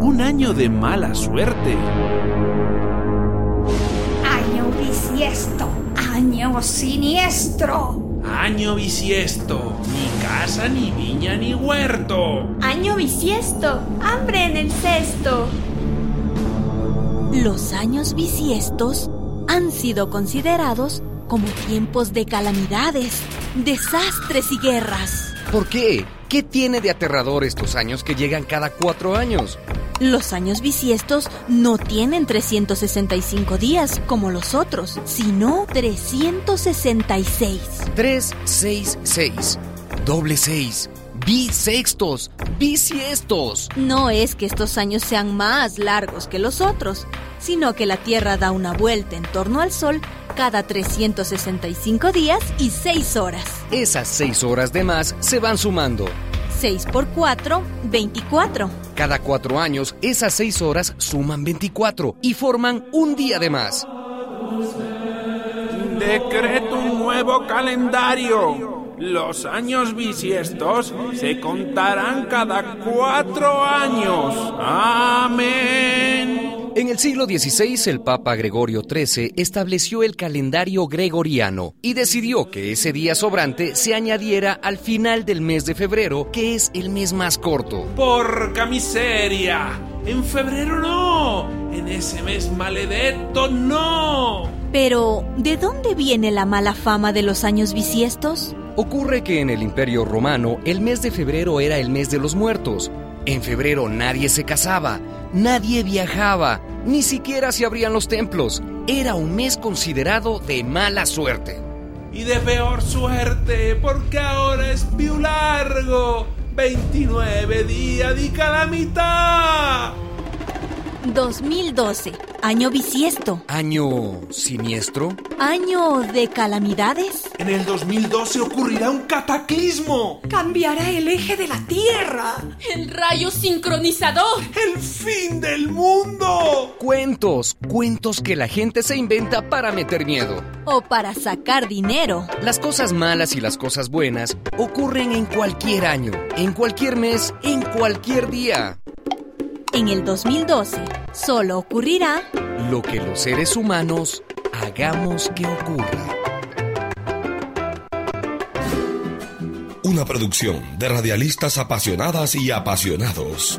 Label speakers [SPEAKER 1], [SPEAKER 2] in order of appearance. [SPEAKER 1] un año de mala suerte.
[SPEAKER 2] Año bisiesto, año siniestro.
[SPEAKER 1] Año bisiesto, ni casa, ni viña, ni huerto.
[SPEAKER 3] Año bisiesto, hambre en el cesto.
[SPEAKER 4] Los años bisiestos han sido considerados como tiempos de calamidades, desastres y guerras.
[SPEAKER 5] ¿Por qué? ¿Qué tiene de aterrador estos años que llegan cada cuatro años?
[SPEAKER 4] Los años bisiestos no tienen 365 días como los otros, sino 366.
[SPEAKER 5] 3, 6, 6. Doble 6. Bisextos. Bisiestos.
[SPEAKER 4] No es que estos años sean más largos que los otros, sino que la Tierra da una vuelta en torno al Sol cada 365 días y 6 horas.
[SPEAKER 5] Esas 6 horas de más se van sumando.
[SPEAKER 4] 6 por 4, 24.
[SPEAKER 5] Cada cuatro años, esas seis horas suman 24 y forman un día de más.
[SPEAKER 1] Decreto un nuevo calendario. Los años bisiestos se contarán cada cuatro años. Amén.
[SPEAKER 5] En el siglo XVI, el Papa Gregorio XIII estableció el calendario gregoriano y decidió que ese día sobrante se añadiera al final del mes de febrero, que es el mes más corto.
[SPEAKER 1] Porca miseria. En febrero no. En ese mes maledetto no.
[SPEAKER 4] Pero, ¿de dónde viene la mala fama de los años bisiestos?
[SPEAKER 5] Ocurre que en el Imperio Romano el mes de febrero era el mes de los muertos. En febrero nadie se casaba, nadie viajaba, ni siquiera se abrían los templos. Era un mes considerado de mala suerte.
[SPEAKER 1] Y de peor suerte, porque ahora es più largo. 29 días de cada mitad.
[SPEAKER 4] 2012, año bisiesto,
[SPEAKER 5] Año siniestro.
[SPEAKER 4] año de calamidades.
[SPEAKER 1] En el 2012 ocurrirá un cataclismo.
[SPEAKER 2] Cambiará el eje de la Tierra.
[SPEAKER 3] El rayo sincronizador.
[SPEAKER 1] El fin del mundo.
[SPEAKER 5] Cuentos, cuentos que la gente se inventa para meter miedo.
[SPEAKER 4] o para sacar dinero.
[SPEAKER 5] Las cosas malas y las cosas buenas ocurren en cualquier año, en cualquier mes, en cualquier día.
[SPEAKER 4] En el 2012 solo ocurrirá
[SPEAKER 5] Lo que los seres humanos hagamos que ocurra.
[SPEAKER 6] Una producción de radialistas apasionadas y apasionados.